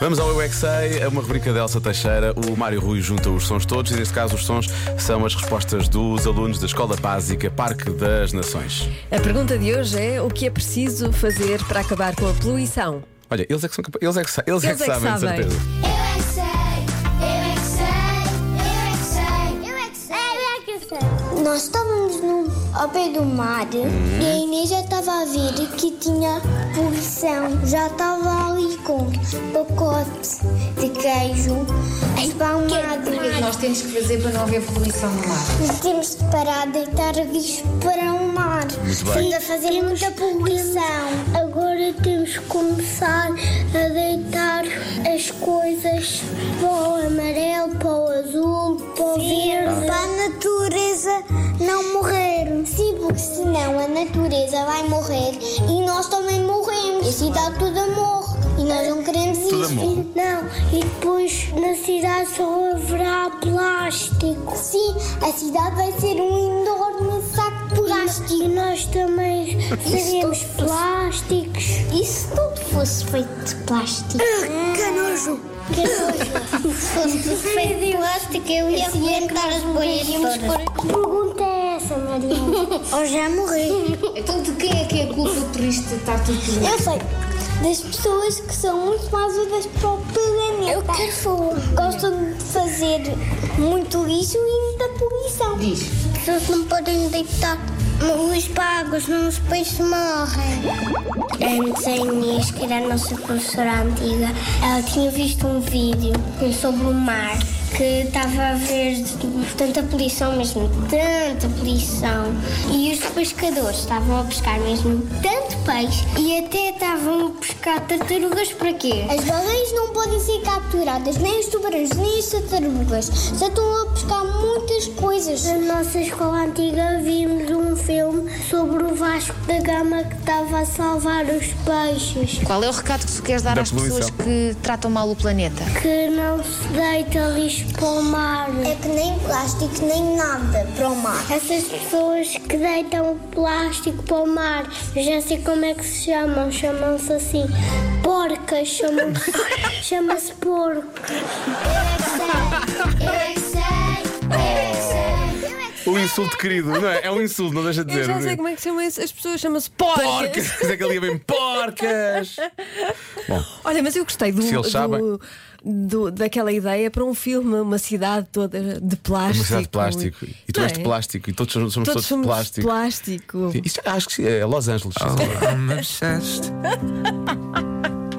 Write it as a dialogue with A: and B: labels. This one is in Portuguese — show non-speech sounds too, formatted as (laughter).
A: Vamos ao Eu é Que Sei, a uma rubrica de Elsa Teixeira. O Mário Rui junta os sons todos e, neste caso, os sons são as respostas dos alunos da Escola Básica Parque das Nações.
B: A pergunta de hoje é o que é preciso fazer para acabar com a poluição?
A: Olha, eles é que, são, capa- eles é que, sa- eles é
B: Eles
A: que sabem, de certeza.
C: Eu é que sei, eu é que sei, eu é que sei, eu é que sei, eu é que sei. Nós estávamos no, ao pé do mar e a Inês já estava a ver que tinha poluição. Já estava ali com pacotes de queijo espalmado.
D: Nós temos que fazer para não haver poluição no mar.
C: Nós temos de parar de deitar lixo para o mar. Estamos a fazer muita poluição. Agora temos que começar a deitar as coisas para o amarelo, para o azul, para o verde. Para a natureza não morrer. Sim, porque senão a natureza vai morrer e nós também morremos. A cidade toda morre. E nós não queremos
A: Toda
C: isso.
A: morre.
C: Não, e depois na cidade só haverá plástico. Sim, a cidade vai ser um enorme saco de plástico. E nós também seremos plásticos. E se tudo fosse feito de plástico? Canojo! Canojo! (laughs) Se fosse feito de plástico, eu ia arrebentar as bolhas (laughs) Que pergunta é essa, Maria? Ou já morri?
D: Então de quem é que é a culpa por isto estar tudo poluído?
C: Eu sei. Das pessoas que são muito mais úteis para o planeta. Eu quero Gostam de fazer muito lixo e muita poluição.
D: Diz.
C: As pessoas não podem deitar os pagos, senão os peixes morrem. Antes a Inês, que era a nossa professora antiga, ela tinha visto um vídeo sobre o mar que estava a ver tanta poluição mesmo, tanta poluição. E os pescadores estavam a pescar mesmo tanto peixe e até estavam a pescar tartarugas para quê? As baleias não podem ser capturadas, nem os tubarões, nem as tartarugas. Já estão a pescar muitas coisas. Na nossa escola antiga vimos um filme sobre o Vasco da Gama que estava a salvar os peixes.
D: Qual é o recado que tu queres dar
A: Da
D: às
A: poluição.
D: pessoas que tratam mal o planeta?
C: que não se deita lixo para o mar. É que nem plástico, nem nada para o mar. Essas pessoas que deitam o plástico para o mar, eu já sei como é que se chamam, chamam-se assim. Porcas, (laughs) chamam-se chama-se porco. Eu é que sei, eu é que sei, eu é que sei.
A: Um insulto querido, não é? É um insulto, não deixa de dizer.
B: Eu já sei como é que se chama isso. As pessoas chamam-se porcas.
A: Porcas! É que ali é bem
B: (laughs)
A: porcas! Bom,
B: Olha, mas eu gostei do,
A: Se eles
B: do-
A: sabem.
B: do- daquela ideia para um filme, uma cidade toda de plástico.
A: uma cidade de plástico. E tu
B: Não
A: és de
B: é?
A: plástico e todos somos todos,
B: Todos
A: de
B: somos
A: plástico.
B: de plástico.
A: Isso, acho que é Los Angeles.
E: I'm obsessed.